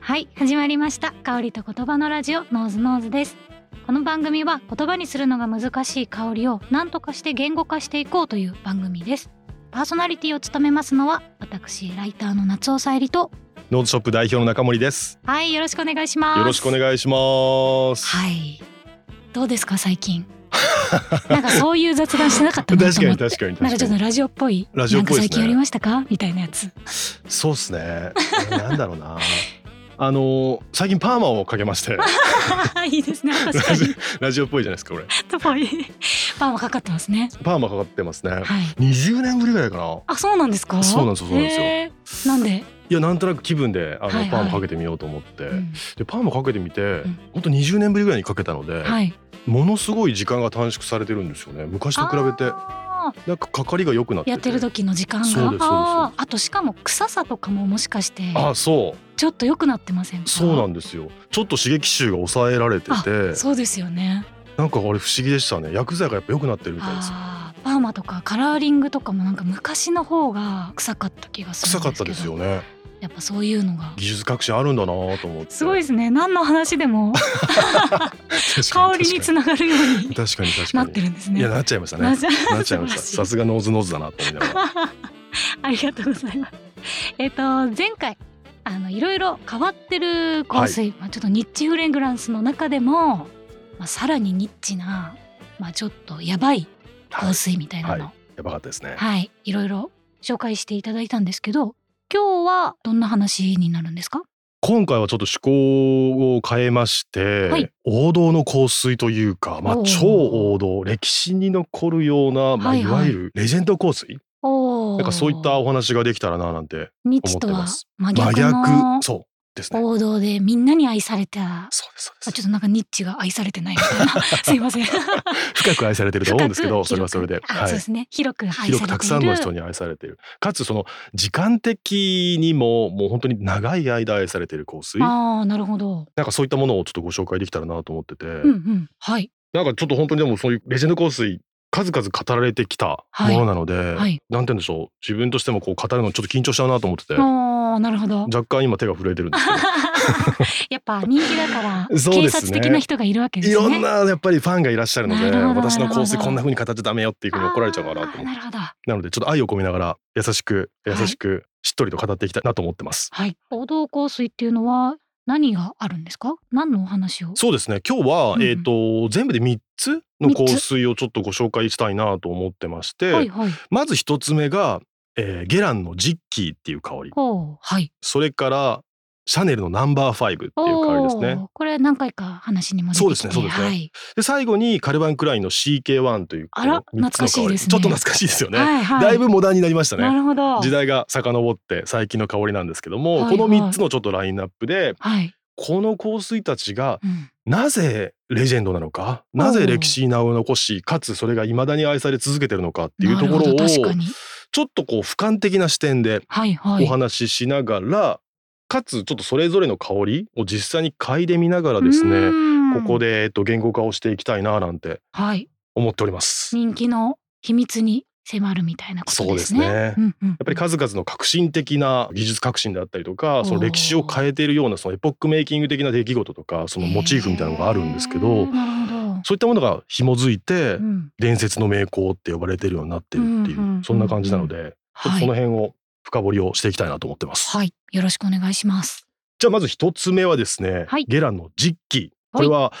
はい始まりました香りと言葉のラジオノーズノーズですこの番組は言葉にするのが難しい香りを何とかして言語化していこうという番組ですパーソナリティを務めますのは私ライターの夏尾さえりとノーズショップ代表の中森です。はいよろしくお願いしますよろしくお願いします。はいどうですか最近なんかそういう雑談してなかった確なと思っかにて確かになん確かちかょっとに。ラジオっぽいラジオっぽいなんかですね最近やりましたかみたいなや つそうですね。なんだろうな。あの最近パーマをかけまして、いいですね確かラ ジにラジオっぽいじゃないですか。これちょっとぽいパーマかかってますねパーマかかってますね。はい20年ぶりぐらいかな。あそうなんですかそうなんですよそうなんですよへーなんで、いやなんとなく気分であはいの、はいパーマかけてみようと思って、うんでパーマかけてみて、んほんと20年ぶりぐらいにかけたので、はいものすごい時間が短縮されてるんですよね。昔と比べてあーなんかかかりが良くなってて。やってる時の時間がそうですそうですあーあとしかも臭さとかももしかしてあ、そう。ちょっと良くなってませんかそうなんですよ。ちょっと刺激臭が抑えられてあて、そうですよねなんかあれ不思議でしたね。薬剤がやっぱ良くなってるみたいです。あーパーマとかカラーリングとかもなんか昔の方が臭かった気がする臭んかでっすたけどですよね。やっぱそういうのが技術革新あるんだなと思って。すごいですね何の話でも香りにつなながるように確かに確かなに。ってる。るんですいやねなっちゃい ましたね。なぜなっちゃいました。素晴らさしすがノーズノーズだなと思いながら。 ありがとうございます。えっと前回あのいろいろ変わってる香水、まあちょっとニッチフレグランスの中でも、まあさらにニッチなまあちょっとやばいは香い。水みたいなの、ははい、やばかったですね。い、ろいろ紹介していただいたんですけど、今日はどんな話になるんですか？今回はちょっと趣向を変えまして、はい王道の香水というか、まあおー超王道、歴史に残るような、まあはいいはいわゆるレジェンド香水、おお、なんかそういったお話ができたらななんてニッチと思ってはます真真逆の逆そうですね。王道でみんなに愛された。そうですそあうでちょす。っとなんかニッチが愛されてないみたいなすいません深く愛されてると思うんですけ深ど、くそれはそれで広、くあそはういで。すね広く愛されている広くたくさんの人に愛されている。かつその時間的にももう本当に長い間愛されている香水、なああなるほど。んかそういったものをちょっとご紹介できたらなと思ってて、うんうんはいなんかちょっと本当にでもそういうレジェンド香水数々語られてきたものなので、はい。なんて言うんでしょう、自分としてもこう語るのちょっと緊張しちゃうなと思ってて、ああなるほど。若干今手が震えてるんですけど。 やっぱ人気だからそう警ですね察的な人がいる わけでいすろんね。なやっぱりファンがいらっしゃるのでなるほど私の香なる水ほどこんな風に語っちゃダメよっていう風に怒られちゃうかなとあー思っなてるほど。なのでちょっと愛を込めながら優しく優はいしくしっとりと語っていきたいなと思ってます、はい。王道香水っていうのは何があるんですか？何のお話を？そうですね今日は、うんうんえっ、と全部で3つの香三つ水をちょっとご紹介したいなと思ってまして、はいはい。まず1つ目が、えーゲランのジッキーっていう香りほうはい。それからシャネルのナンバー5っていう香りですねおーこれ何回か話にも出てきてそうですねそうですねはいで最後にカルバンクラインの CK1 というあらこの三つの懐かしいですね香りちょっと懐かしいですよね、はいはい。だいぶモダンになりましたねなるほど。時代が遡って最近の香りなんですけども、はいはいこの3つのちょっとラインナップではい。この香水たちがうんなぜレジェンドなのかおうなぜ歴史に名を残しかつそれが未だに愛され続けてるのかっていうとこなろるほをどち確ょかに。っとこう俯瞰的な視点ではいはい。お話ししながら、かつちょっとそれぞれの香りを実際に嗅いでみながらですねここで。で、えっと、言語化をしていきたいななんてはい。思っております。人気の秘密に迫るみたいなことですね。そうですねうんうん、やっやっぱり数々の革新的な技術革新であったりとかその歴史を変えているようなそのエポックメイキング的な出来事とかそのモチーフみたいなのがあるんですけへどーなるほそういったものが紐づいど。うてん、伝説の名工って呼ばれてるようになってるっうていんうんうんうそんな感じなのでちょっとはそのい、辺を深掘りをしていきたいなと思ってます。はい、よろしくお願いします。じゃあまず一つ目はですねはいゲランの実機これは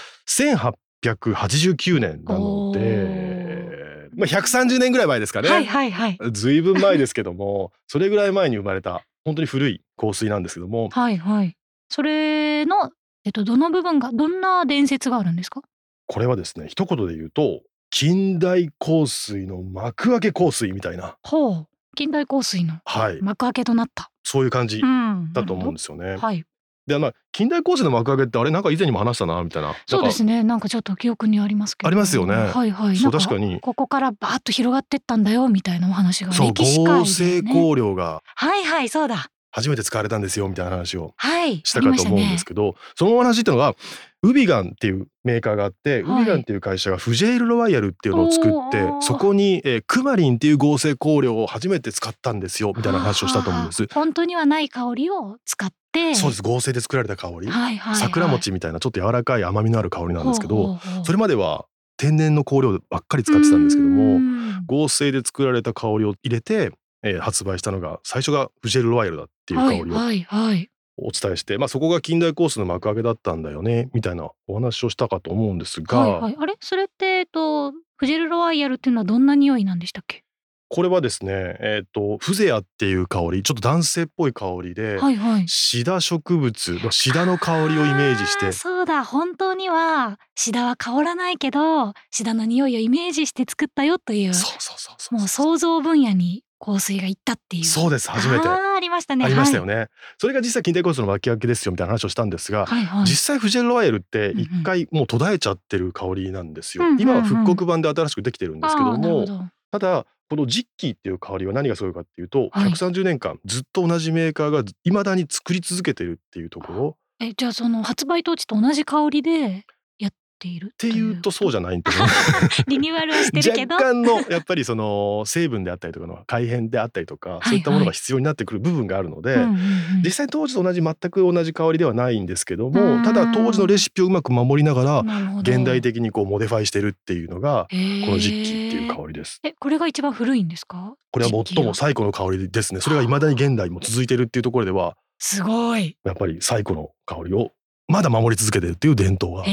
1889年なのでまあ130年ぐらい前ですかね。はいはいはいずいぶん前ですけども それぐらい前に生まれた本当に古い香水なんですけどもはいはい。それのえっとどの部分がどんな伝説があるんですか？これはですね一言で言うと近代香水の幕開け香水みたいなほう、近代香水のはい幕開けとなった。そういう感じうん、だと思うんすですよね。はい、でまあ近代香水の幕開けってあれなんか以前にも話したなみたいなそうでねすね。なんかちょっと記憶にありますけど。ありますよねはいはい。そうなん確かにここからバーッと広がってったんだよみたいなお話がそう歴史界合で成ね。香料がはいはいそうだ。初めて使われたんですよみたいな話をはいしたかと思うんですけど、そのお話っていうのがウビガンっていうメーカーがあって、はいウビガンっていう会社がフジェイル・ロワイヤルっていうのを作っておーそこに、えークマリンっていう合成香料を初めて使ったんですよみたいな話をしたと思うんですは。あはあ本当にはない香りを使ってそうです合成で作られた香はいり、はいはい、桜餅みたいなちょっと柔らかい甘みのある香りなんですけど、ほうほうほうそれまでは天然の香料ばっかり使ってたんですけどうーもん合成で作られた香りを入れて、えー発売したのが最初がフジェル・ロワイヤルだっていう香りをはいはいはいお伝えして、まあ、そこが近代コースの幕開けだったんだよねみたいなお話をしたかと思うんですが、はいはい、あれそれって、えっと、フジェルロワイヤルっていうのはどんな匂いなんでしたっけ、これはですね、えー、とフゼアっていう香りちょっと男性っぽい香りで、はいはい。シダ植物のシダの香りをイメージしあてーそうだ本当にはシダは香らないけどシダの匂いをイメージして作ったよというそうそうそうそうもう想像分野に香水がいったっていうそうです初めてああーありましたねりましたよね、ね、それが実際近代コースの幕開けですよみたいな話をしたんですが、はい、はいはい実際フジェルロワイヤルってうんうん一回もう途絶えちゃってる香りなんですよ、うんうんうん今は復刻版で新しくできてるんですけどあーなるも、ほどただこのジッキーっていう香りは何がすごいかっていうと、はい130年間ずっと同じメーカーがいまだに作り続けてるっていうところっえじゃあその発売当時と同じ香りでやっているっていうとそうじじゃないんだけどゃリニューアルはしてるけど若干のやっぱりその成分であったりとかの改変であったりとか、いそういったものが必要になってくる部分があるので、うんうんうん実際当時と同じ全く同じ香りではないんですけどうもんただ当時のレシピをうまく守りながらなるほど現代的にこうモディファイしてるっていうのがここのジッキーっていう香りです。えこれが一番古いんですかこれは最も実機最古の香りですね。それが未だに現代も続いてるっていうところではすごいやっぱり最古の香りをまだ守り続けてるっていう伝統がへ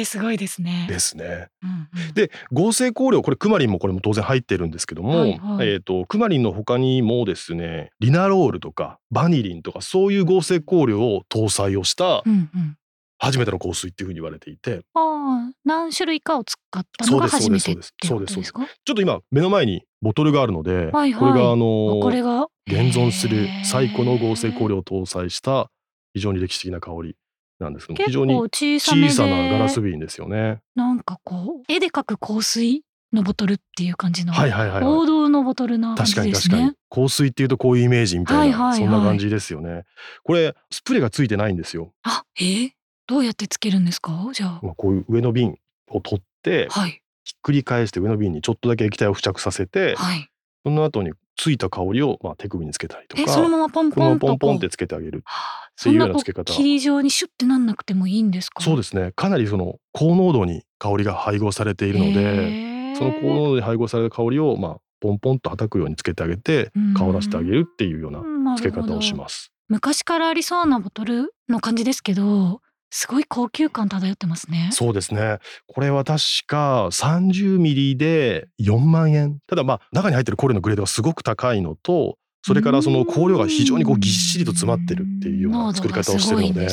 えすごいですねですね。うんうんで合成香料これクマリンもこれも当然入ってるんですけども、はいはいえー、とクマリンの他にもですねリナロールとかバニリンとかそういう合成香料を搭載をしたうんうん初めての香水っていうふうに言われていてああ何種類かを使ったのが初そうでめすてっそうてですことですかちょっと今目の前にボトルがあるので、はいはいこれがあのあこれが現存する最古の合成香料料を搭載した非常に歴史的な香りなんですけども非結常構に小さめで小さなガラス瓶ですよね。なんかこう絵で描く香水のボトルっていう感じの、はいはいはい、はい王道のボトルな感確じかにです確かにね香水っていうとこういうイメージみたいな、はいはいはいそんな感じですよねこれスプレーがついてないんですよ、あえーどうやってつけるんですかじゃあまあ、こういう上の瓶を取ってはいひっくり返して上の瓶にちょっとだけ液体を付着させてはいその後についた香りをまあ手首につけたりとえかそのままポンこポンのままとポンポこンうってつけてあげるはあってそいうんよなうなこつけ方う霧状にシュッてなんなくてもいいんですかそうでですねかなりその高濃度に香りが配合されているのでその高濃度に配合された香りをまあポンポンと叩くようにつけてあげてうん香らせてあげるっていうようなつけ方をしすます。昔からありそうなボトルの感じですけどすごい高級感漂ってますねそうですね。これは確か30ミリで4万円。ただまあ中に入ってる香料のグレードがすごく高いのと、それからその香料が非常にこうぎっしりと詰まってるっていうような作り方をしてるので、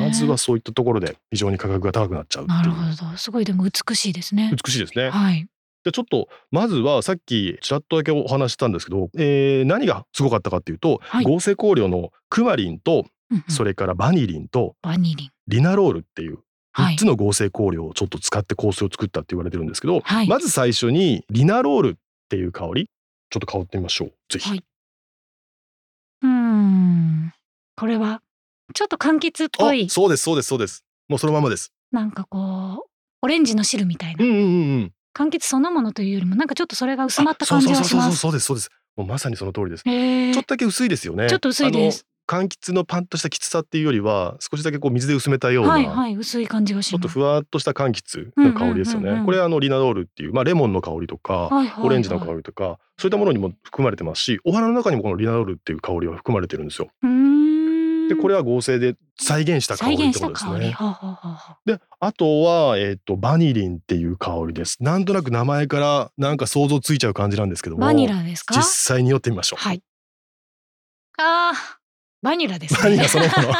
まずはそういったところで非常に価格が高くなっちゃうってないるう。ほどすごいでも美しいですね美しいですね。はいでちょっとまずはさっきちらっとだけお話ししたんですけど、えー何がすごかったかっていうと、はい合成香料のクマリンとうんうんそれからバニリンとバニリンリナロールっていうは3いつの合成香料をちょっと使って香水を作ったって言われてるんですけど、はいまず最初にリナロールっていう香りちょっと香ってみましょうぜひ、はいうーんこれはちょっと柑橘っぽいあそうですそうですそうですもうそのままですなんかこうオレンジの汁みたいな、うんうんうんうん柑橘そのものというよりもなんかちょっとそれが薄まったあそ感うじそうがしそうまそうすそうですそうですもうまさにその通りです、へーちょっとだけ薄いですよねちょっと薄いですあの柑橘のパンとしたきつさっていうよりは少しだけこう水で薄めたような、はいはい薄い感じがしちょっまとすふわっとした柑橘の香りですようんね、うんうんうんこれあのリナロールっていうまあレモンの香りとか、はいはいはいオレンジの香りとかそういったものにも含まれてますしお花の中にもこのリナロールっていう香りは含まれてるんですようーんでこれは合成で再現した香再りっ現てしこたと香ですりね。はあはあはあはあであとは、えー、とバニリンっていう香りです。なんとなく名前からなんか想像ついちゃう感じなんですけどもバニラですか実際に寄ってみましょう。はいあーバニラですねバニラそのもの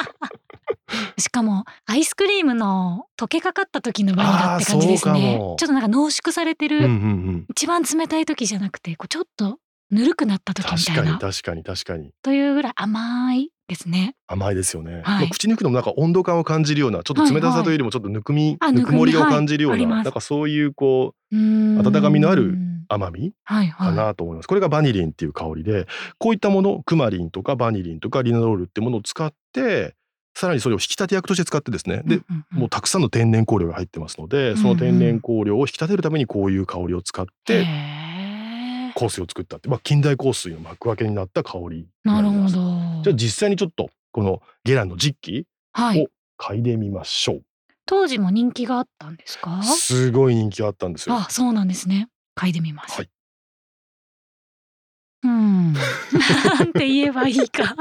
しかもアイスクリームの溶けかかった時のバニラって感じですあーそうねかもちょっとなんか濃縮されてる、うんうんうん、一番冷たい時じゃなくてこうちょっとぬるくなった時み確たかいにな確かに確かにというぐらい甘いですね甘いですよね、はいまあ口に抜くのもなんか温度感を感じるようなちょっと冷たさというよりもちょっとぬくみ、はいはいあぬくもりをぬくみはい感じるようありな,、ますなんかそういうこ温温かみのある甘みはいかはなと思います、これがバニリンっていう香りでこういったものクマリンとかバニリンとかリナロールってものを使ってさらにそれを引き立て役として使ってですねい。で、うんうんうんもうたくさんの天然香料が入ってますので、その天然香料を引き立てるためにこういう香りを使っへてえ香水を作ったって、まあ、近代香水の幕開けになった香りになるりまほすど。じゃあ実際にちょっとこのゲランの実機はい。嗅いでみましょう当時も人気があったんですか？すごい人気があったんですよあ、そうなんですね。嗅いでみます。はいうーん。なんて言えばいいか。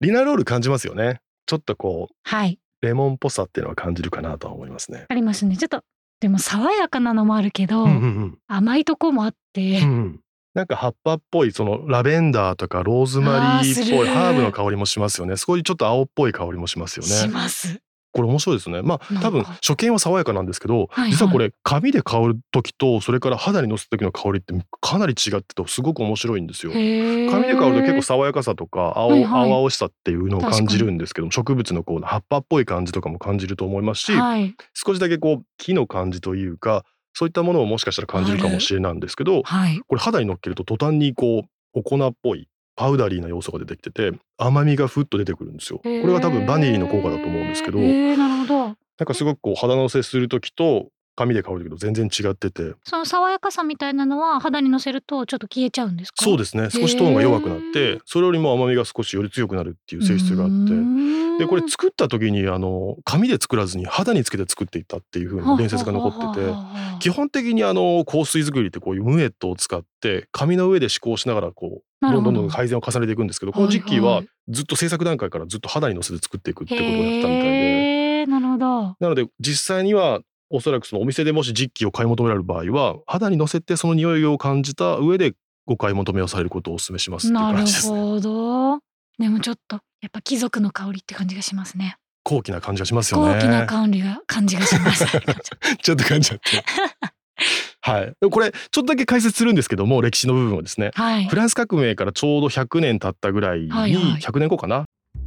リナロール感じますよねちょっとこはい。うレモンっぽさっていうのは感じるかなとは思いますねありますね。ちょっとでも爽やかなのもあるけど、うんうんうん甘いとこもあってう、んうんなんか葉っぱっぽいそのラベンダーとかローズマリーっぽいあーするハーブの香りもしますよねそこにちょっと青っぽい香りもしますよねします。これ面白いですねまなんあか多分初見は爽やかなんですけど、いはい実はこれ髪で香る時とそれから肌にのせた時の香りってかなり違っててすごく面白いんですよ。へえ。髪で香ると結構爽やかさとか青,、はいはい青々しさっていうのを感じるんですけども植物のこう葉っぱっぽい感じとかも感じると思いますし、はい少しだけこう木の感じというかそういったものをもしかしたら感じるかもしれないんですけどはい。これ肌に乗っけると途端にこうお粉っぽいパウダリーな要素が出てきてて甘みがふっと出てくるんですよ。これは多分バニリンの効果だと思うんですけど。へえなるほど。なんかすごくこう肌のせする時と髪で香る時と全然違っててその爽やかさみたいなのは肌にのせるとちょっと消えちゃうんですか？そうでですね少しトーンが弱くなっへーてそれよりも甘みが少しより強くなるっていう性質があってでこれ作った時にあの紙で作らずに肌につけて作っていったっていう風な伝説が残ってて。基本的にあの香水作りってこういうムエットを使って紙の上で試行しながらこうなるどんほどどんどん改善を重ねていくんですけどこのはいジッキーははいずっと制作段階からずっと肌にのせて作っていくってことをやったみたいでへえなるほど。なので実際にはおそらくそのお店でもし実機を買い求められる場合は肌にのせてその匂いを感じた上でご買い求めをされることをお勧めしますっていうなる感じですね。ほど。でもちょっとやっぱ貴族の香りって感じがしますね。高貴な感じがしますよ高貴なね。香りが感じがし ます。ちょっと感じちゃって。はい、でもこれちょっとだけ解説するんですけども歴史の部分はですねはいフ。ランス革命からちょうど100年経ったぐらいに、はいはい100年後かな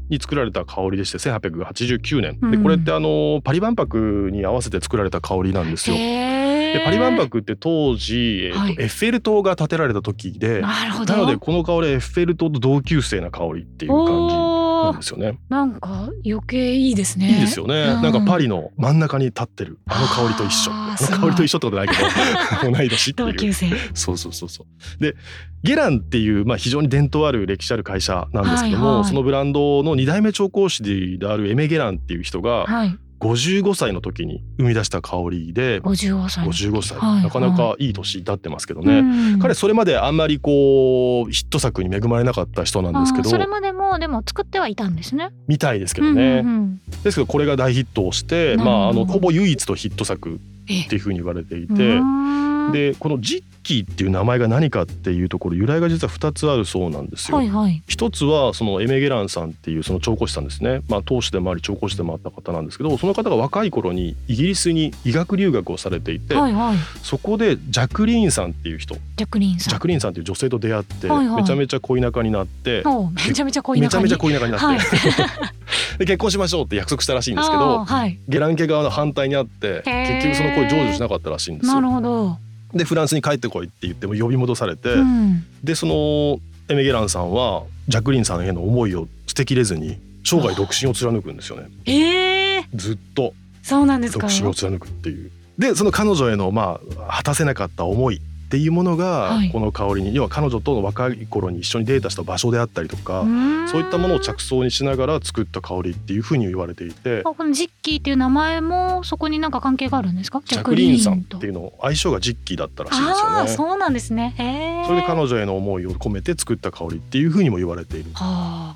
に作られた香りでして1889年、うでんこれってあのパリ万博に合わせて作られた香りなんですよ。へでパリ万博って当時、えーとはいエッフェル塔が建てられた時でななるほど。のでこの香りはエッフェル塔と同級生な香りっていう感じおなおんですよね。なんか余計いいですね。いいですよね、うんなんかパリの真ん中に立ってるあの香りと一緒ああーの香りと一緒ってことないけ ど同い年って同い級う生。そうそうそうそうでゲランっていう、まあ、非常に伝統ある歴史ある会社なんですけども、はいはいそのブランドの2代目調香師であるエメ・ゲランっていう人がはい。 55歳の時に生み出した香りで五十五歳の時。 55歳、はいはいなかなかいい年だってますけどね。ね彼それまであんまりこうヒット作に恵まれなかった人なんですけそれどまでもでも作ってはいたんですね。みたいですけどね、うんうんうんですけどこれが大ヒットをしてなるほまどああのほぼ唯一のヒット作っえていうふうに言われていうてーんでこのジッキーっていう名前が何かっていうところ由来が実は2つあるそうなんですよ。はいはい。一つはそのエメゲランさんっていうその調香師さんですね、まあ、当主でもあり調香師でもあった方なんですけどその方が若い頃にイギリスに医学留学をされていて、はいはい。そこでジャクリーンさんっていう人ジャクリーンジさャん。クリーンさんっていう女性と出会って、はいはいめちゃめちゃ恋仲になって、おうめちゃめちゃ濃いめち中ゃに。めちゃ恋仲になって、はい。 で結婚しましょうって約束したらしいんですけあーどはい。ゲラン家側の反対にあってー結局その恋成就しなかったらしいんですなるよ。ほど。でフランスに帰ってこいって言っても呼び戻されて、うん。でそのエメゲランさんはジャクリーンさんへの思いを捨てきれずに生涯独身を貫くんですよねええずっとそうなんです独か。身を貫くっていう。でその彼女へのまあ果たせなかった思いっていうものがはいこの香りに、要は彼女との若い頃に一緒にデートした場所であったりとか、そういったものをゃ。着想にしながら作った香りっていうふうに言われていあてこのジッキーっていう名前もそこになんか関係があるんですか。ジャクリーンさんっとていうのを相性がジッキーだったらしいんであすよあーね。そうなんですね。へえ。それで彼女への思いを込めて作った香りっていうふうにも言われているは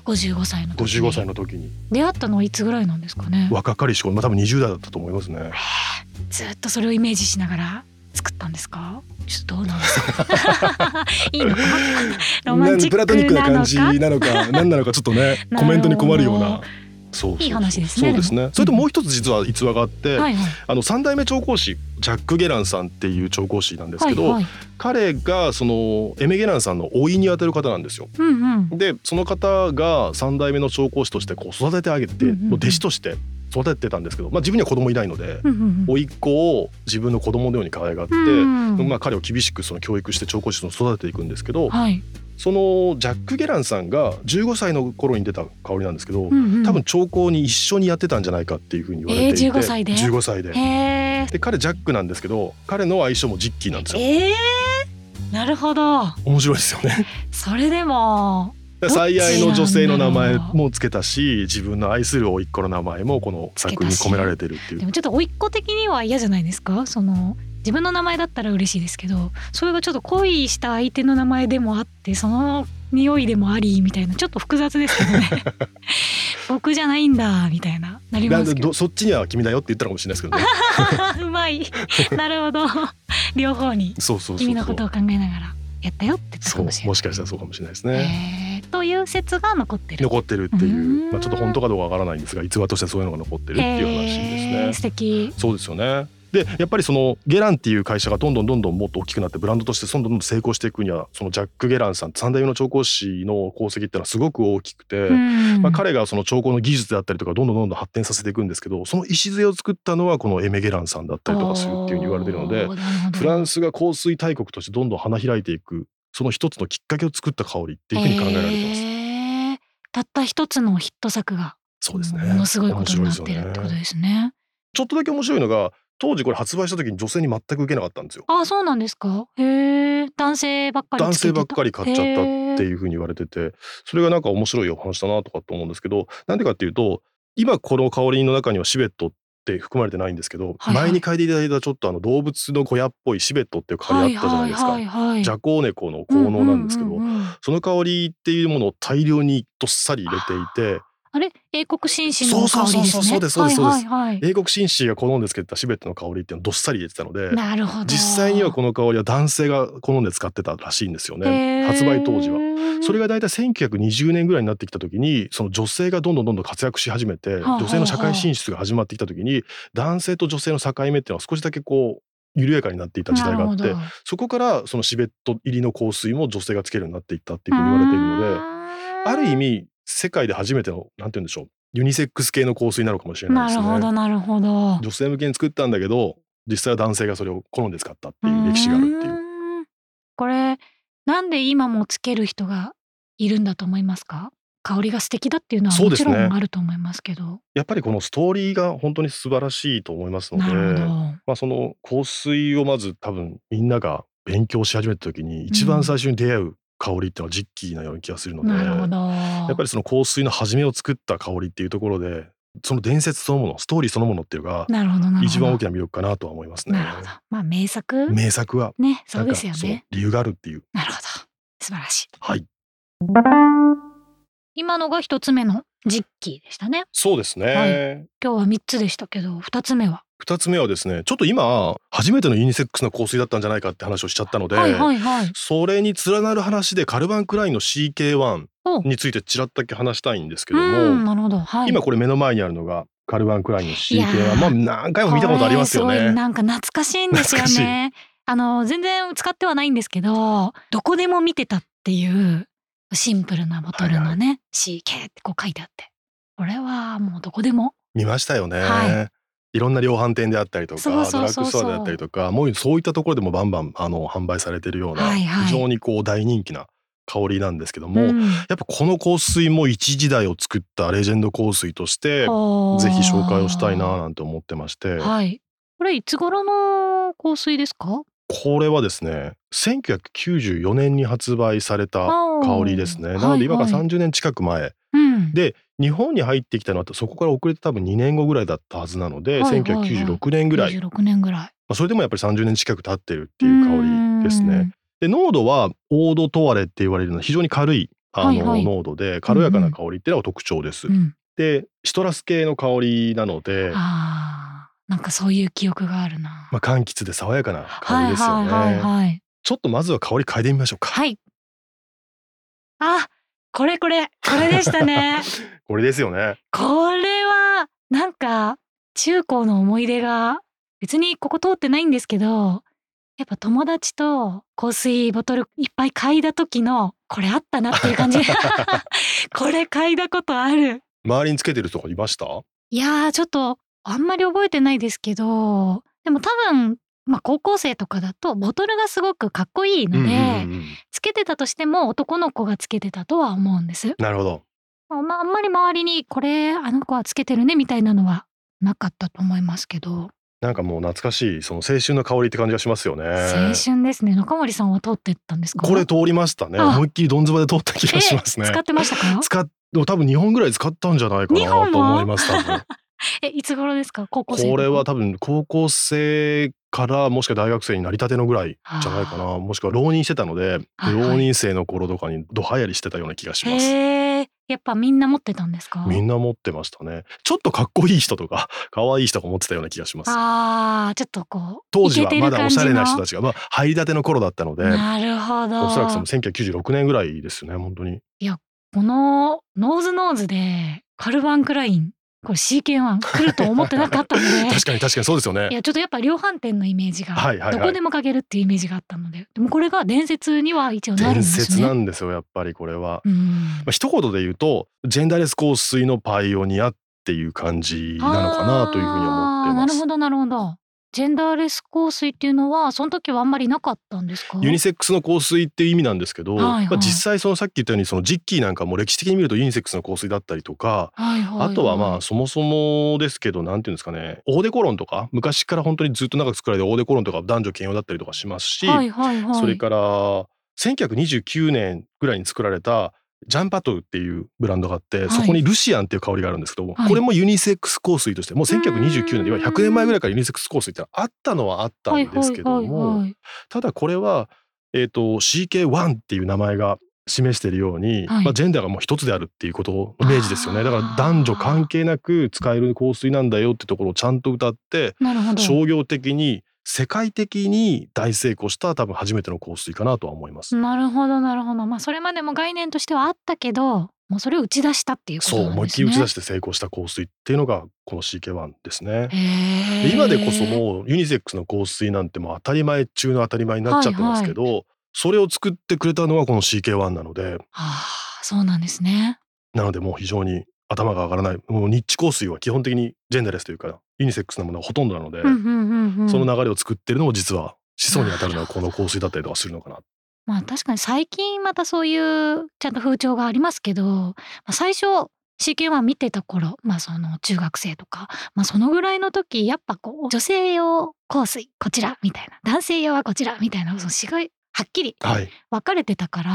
あ五十五歳の時。 55歳。の時に出会ったのはいつぐらいなんですかね。若かりし頃、まあ、多分20代だったと思いますね。ずっとそれをイメージしながら作ったんですか。ちょっとどうなんです か。いいのか。ロマンチックなのか。なのか何なのかちょっと ねなるほどコメントに困るような。そうそうそういい話ですねそうですね。それともう一つ実は逸話があって、はいはい。あの三代目調香師ジャック・ゲランさんっていう調香師なんですけど、はいはい、彼がそのエメ・ゲランさんの甥にあたる方なんですよ。うんうん。でその方が三代目の調香師としてこう育ててあげて、うんうんうん弟子として育ててたんですけど、まあ、自分には子供いないのでうんうん甥っ子を自分の子供のように可愛がって、うんうんまあ、彼を厳しくその教育して調校室に育てていくんですけどはいそのジャック・ゲランさんが15歳の頃に出た香りなんですけど、うんうん多分長考に一緒にやってたんじゃないかっていうふうに言われていて、えー15歳で15歳でへえで彼ジャックなんですけど彼の相性もジッキーなんですよええなるほど面白いですよねそれでもで最愛の女性の名前どっちなんだろうもつけたし自分の愛する甥っ子の名前もこの作に込められてるっていでうもちょっと甥っ子的には嫌じゃないですかその自分の名前だったら嬉しいですけどそれがちょっと恋した相手の名前でもあってその匂いでもありみたいなちょっと複雑ですけ どね僕じゃないんだみたいななりなんますでけどどそっちには君だよって言ったのかもしれない ですけどねうまいなるほど両方にそうそうそう君のそことうを考えながらやったよって言ったそかうもしれないもしかしたらそうかもしれないですへね、ーという説が残ってる残ってるっていうう、んまあ、ちょっと本当かどうかわからないんですが逸話としてそういうのが残ってるっていう話ですへーね。素敵そうですよねでやっぱりそのゲランっていう会社がどんどんどんどんもっと大きくなってブランドとしてどんどんどんどん成功していくにはそのジャック・ゲランさん三代目の調香師の功績っていうのはすごく大きくて、うんまあ、彼がその調香の技術であったりとかどんどんどんどん発展させていくんですけどその礎を作ったのはこのエメ・ゲランさんだったりとかするっていうふうに言われてるのでおーなるほどフランスが香水大国としてどんどん花開いていくその一つのきっかけを作った香りっていうふうに考えられてます。へーたった一つのヒット作がそうですねものすごいことになっ面白ているっですよねてことですね。ちょっとだけ面白いのが当時これ発売した時に女性に全く受けなかったんですよ。あ、そうなんですか。へえ、男性ばっかり男つけ性てた。ばっかり買っちゃったってう。いうふうに言われててそれがなんか面白いお話だなとかと思うんですけどなんでかっていうと今この香りの中にはシベットって含まれてないんですけど、はいはい前に嗅いでいただいたちょっとあの動物の小屋っぽいシベットっていう香りあったじゃないですか、はいはいはい、ジゃャコウネコの効能なんですけど、あその香りっていうものを大量にどっさり入れていてれ、英国紳士の香りですね。そうそうそうそうですそうですそうはですいはいは英国紳士が好んでつけてたシベットの香りっていうのをどっさり入れてたのでい。なるほど。実際にはこの香りは男性が好んで使ってたらしいんですよね発売当時は。はそれがが大体1920年ぐらいになってきた時にその女性がどんどんどんどん活躍し始めはてあはあ女性の社会進出が始まってきた時に男性と女性の境目っていうのは少しだけこう緩やかになっていた時代があってそこからそのシベット入りの香水も女性がつけるようになっていったっていうふうに言われているのである意味世界で初めてのなんて言うんでしょうユニセックス系の香水なのかもしれなないでするほどね。なるほど。女性向けに作ったんだけど実際は男性がそれを好んで使ったっていう歴史があるっていう。ーんこれなんで今もつける人がいるんだと思いますか香りが素敵だっていうのはそうもでちすろねんあると思いますけどやっぱりこのストーリーが本当に素晴らしいと思いますのなるで。ほまあ、その香水をまず多分みんなが勉強し始めた時に一番最初に出会う香りってのはジッキーなような気がするのどで、なるほやどっぱりその香水の始めを作った香りっていうところでその伝説そのものストーリーそのものっていうのがなるほどなるほど一番大きな魅力かなとは思いますねな。るほどまあ名作名作はねそなうんでかすそよのね理由があるっていう。なるほど素晴らしいはい、今のが一つ目の実機でしたねそうですね。今日は三つでしたけど二つ目は二、つ目はですね、ちょっと今初めてのユニセックスな香水だったんじゃないかって話をしちゃったので、はいはいはいそれに連なる話でカルバン・クラインの CK1 おについてちらっとだけ話したいんですけうども、んなるほどはい今これ目の前にあるのがカルバン・クラインの CK いやーはまあ何回も見たことありますよこれすごいね。なんか懐かしいんですよ懐ね。あの全然使ってはないんですけど、どこでも見てたっていうシンプルなボトルのね、は CK ってこう書いてあって、これはもうどこでも見ましたよね。はいろんな量販店であったりとかそうそうそうそうドラッグストアであったりとかもうそういったところでもバンバンあの販売されてるような、はいはい非常にこう大人気な香りなんですけども、うやっんぱこの香水も一時代を作ったレジェンド香水としておーぜひ紹介をしたいななんて思ってまして、はい。これいつ頃の香水ですか？これはですね1994年に発売された香りですね。なので今からはいはい30年近く前うん。で日本に入ってきたのはそこから遅れて多分2年後ぐらいだったはずなので、はいはいはい1996年ぐらい、ま96年ぐらいっあ、それでもやっぱり30年近く経ってるっていう香りですね。。で濃度はオードトワレって言われるのは非常に軽いあはいはのい濃度で軽やかな香りっていうのが特徴です。うん。でシトラス系の香りなので、ああ、なんかそういう記憶があるな。まあ、柑橘で爽やかな香りですよね。はいはいはいはい。ちょっとまずは香り嗅いでみましょうか。はい。あ、これこれ、これでしたね。 これですよね。これは、なんか、中高の思い出が、別にここ通ってないんですけど、やっぱ友達と香水ボトルいっぱい嗅いだ時の、これあった なっていう感じ。これ嗅いだことある。周りにつけてる人がいました？いやーちょっとあんまり覚えてないですけどでも多分、まあ、高校生とかだとボトルがすごくかっこいいので、うんうんうんつけてたとしても男の子がつけてたとは思うんです。なるほど。まあ、まああんまり周りにこれあの子はつけてるねみたいなのはなかったと思いますけど、なんかもう懐かしいその青春の香りって感じがしますよね。青春ですね中森さんは通ってったんですかこれ通りましたね。あ思いっきりどんずばで通った気がしますね。使ってましたか 使っでも多分2本ぐらい使ったんじゃないか二本なもと思います多 分えいつ頃ですか高校生のこれは多分高校生からもしくは大学生になりたてのぐらいじゃないかなもしくは浪人してたので、はいはい浪人生の頃とかにドハヤりしてたような気がします。へえやっぱみんな持ってたんですかみんな持ってましたね。ちょっとかっこいい人とか、 可愛い人が持ってたような気がします。あーちょっとこう当時はまだおしゃれな人たちちが、まあ、入りたての頃だったので、なるほどおそらくその1996年ぐらいですよね、本当に。このノーズノーズでカルバン・クラインこれ CK1 来ると思ってなかったので 確かに確かにそうですよいね。やちょっとやっぱ量販店のイメージがはいはいはいどこでもかけるっていうイメージがあったのででもこれが伝説には一応なるんで伝す説なね。んですよ、やっぱりこれは。うんまあ、一言で言うと、ジェンダーレス香水のパイオニアっていう感じなのかなというふうに思ってあーなまるすほ。どなるほど。ジェンダーレス香水っていうのはその時はあんまりなかったんですか？ユニセックスの香水っていう意味なんですけど、はいはいまあ、実際そのさっき言ったようにそのジッキーなんかも歴史的に見るとユニセックスの香水だったりとか、はいはいいあとはまあそもそもですけどなんていうんですかねオーデコロンとか昔から本当にずっと長く作られてオーデコロンとか男女兼用だったりとかしますし、はいはいはい、それから1929年ぐらいに作られたジャンパトゥっていうブランドがあって、いそこにルシアンっていう香りがあるんですけども、はいこれもユニセックス香水としてもう1929年でうーん100年前ぐらいからユニセックス香水ってあったのはあったんですけども、はいはいはいただこれは、えー、と CK1 っていう名前が示しているように、はいまあ、ジェンダーがもう一つであるっていうことイメージですよあねーだから男女関係なく使える香水なんだよってところをちゃんと歌ってなるほど。商業的に世界的に大成功した多分初めての香水かなとは思います。なるほどなるほど。まあそれまでも概念としてはあったけど、もうそれを打ち出したっていうことそなうんですね。思いっきり打ち出しして成功した香水っていうのがこの CK1 ですね。へでー今でこそもうユニセックスの香水なんてもう当たり前中の当たり前になっちゃってますけど、それを作ってくれたのがこの CK1 なのでああそうなんですね。なのでもう非常に頭が上がらないもうニッチ香水は基本的にジェンダーレスというかユニセックスなものがほとんどなので、うんうんうんうんその流れを作ってるのも実は子孫に当たるのはこの香水だったりとかするのかな。まあ確かに最近またそういうちゃんと風潮がありますけど、まあ、最初 CK1 見てた頃、まあ、その中学生とか、まあ、そのぐらいの時やっぱこう女性用香水こちらみたいな男性用はこちらみたいなその違いはっきりはい、分かれてたから、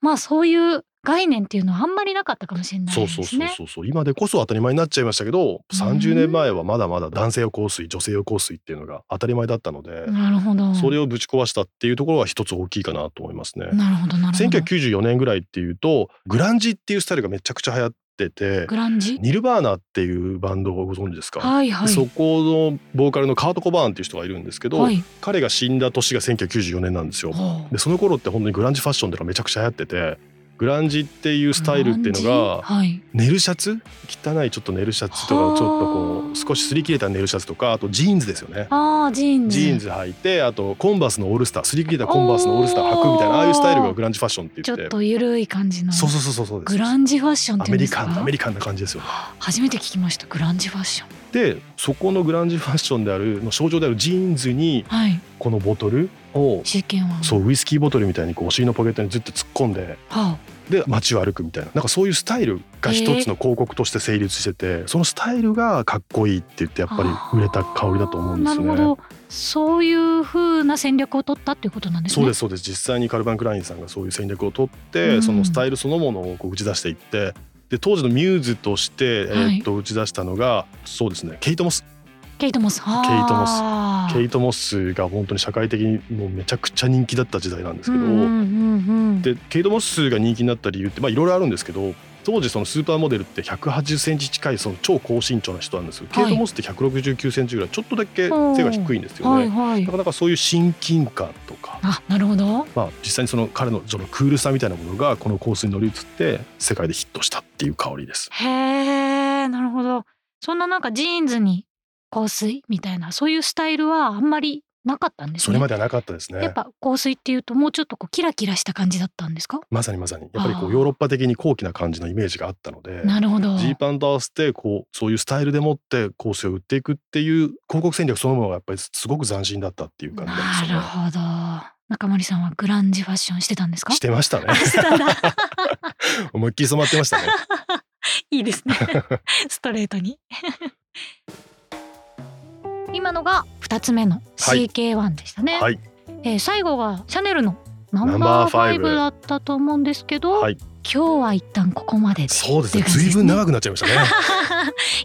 まあそういう概念っていうのはあんまりなかったかもしれないそでうそうすそうね。そうそう今でこそ当たり前になっちゃいましたけど30年前はまだまだ男性用香水女性用香水っていうのが当たり前だったので、なるほど。それをぶち壊したっていうところは一つ大きいかなと思いますね。なるほどなるほど。 1994年ぐらいっていうとグランジっていうスタイルがめちゃくちゃ流行っててグランジニルバーナっていうバンドをご存知ですか、はいはい。そこのボーカルのカート・コバーンっていう人がいるんですけど、はい、彼が死んだ年が1994年なんですよ。ほうでその頃って本当にグランジファッションっていうのがめちゃくちゃ流行っててグランジっていうスタイルっていグランうのジがはい、寝るシャツ汚いちょっと寝るシャツとはあかちょっとこう少し擦り切れた寝るシャツとかあとジーンズですよね。あージーンズジーンズ履いてあとコンバースのオールスター擦り切れたコンバースのオールスター履くみたいなああいうスタイルがグランジファッションってち言ょってっとゆるい感じのそうそうそうそうそうですグランジファッションっアていうんメでリすかカンアメリカンな感じですよ初めて聞きましたグランジファッションでそこのグランジファッションであるの象徴であるジーンズにはいこのボトルを試験はそうウイスキーボトルみたいにこうお尻のポケットにずっと突っ込んではで街を歩くみたいななんかそういうスタイルが一つの広告として成立してて、そのスタイルがかっこいいって言ってやっぱり売れた香りだと思うんでなすね。るほどそういう風な戦略を取ったっていうことなんですねそうですそうです実際にカルバン・クラインさんがそういう戦略を取って、うんそのスタイルそのものをこう打ち出していってで当時のミューズとして、はいえーっと打ち出したのがそうですねケイト・モスケイトモスケイトケイトモススケイト・モスが本当に社会的にもうめちゃくちゃ人気だった時代なんですけど、うんうんうんうんでケイト・モスが人気になった理由ってまあいろいろあるんですけど当時そのスーパーモデルって1 8 0ンチ近いその超高身長な人なんですよ、はいケイト・モスって1 6 9ンチぐらいちょっとだけ背が低いんですよね。はいはいなかなかそういう親近感とかあなるほどまあ、実際にその彼のそのクールさみたいなものがこの香水に乗り移って世界でヒットしたっていう香りです。へえなるほどそんななんかジーンズに香水みたいなそういうスタイルはあんまりなかったんですねそれまではなかったですねやっぱ香水っていうともうちょっとこうキラキラした感じだったんですか、まさにまさにやっぱりこあーうヨーロッパ的に高貴な感じのイメージがあったのでなるほどジーパンと合わせてこうそういうスタイルでもって香水を売っていくっていう広告戦略そのものがやっぱりすごく斬新だったっていう感じなんですなるよね。ほど中森さんはグランジファッションしてたんですかしてましたねあしてたんだ思いっきり染まってましたね。 いいです ねストレートに今のが2つ目の CK1 でしたね、はいえー最後がシャネルのナンナンババーーファイブ5だったと思うんですけど、はい今日は一旦ここまででそうですねってい感じ随分長くなっちゃいましたね。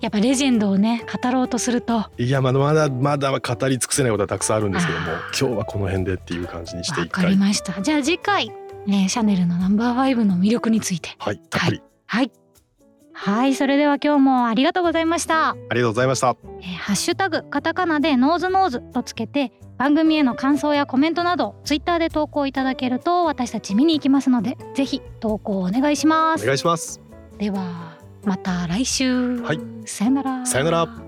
やっぱレジェンドをね語ろうとするといやまだまだまだ語り尽くせないことはたくさんあるんですけどあも今日はこの辺でっていう感じにしてわ一かり回ましたじゃあ次回、えーシャネルのナンバー5の魅力についてはいたっぷり、はいはいそれでは今日もありがとうございました、ありがとうございました。えーハッシュタグカタカナでノーズノーズとつけて番組への感想やコメントなどツイッターで投稿いただけると私たち見に行きますのでぜひ投稿お願いしまおす願いします。ではまた来週、はいさよならさよなら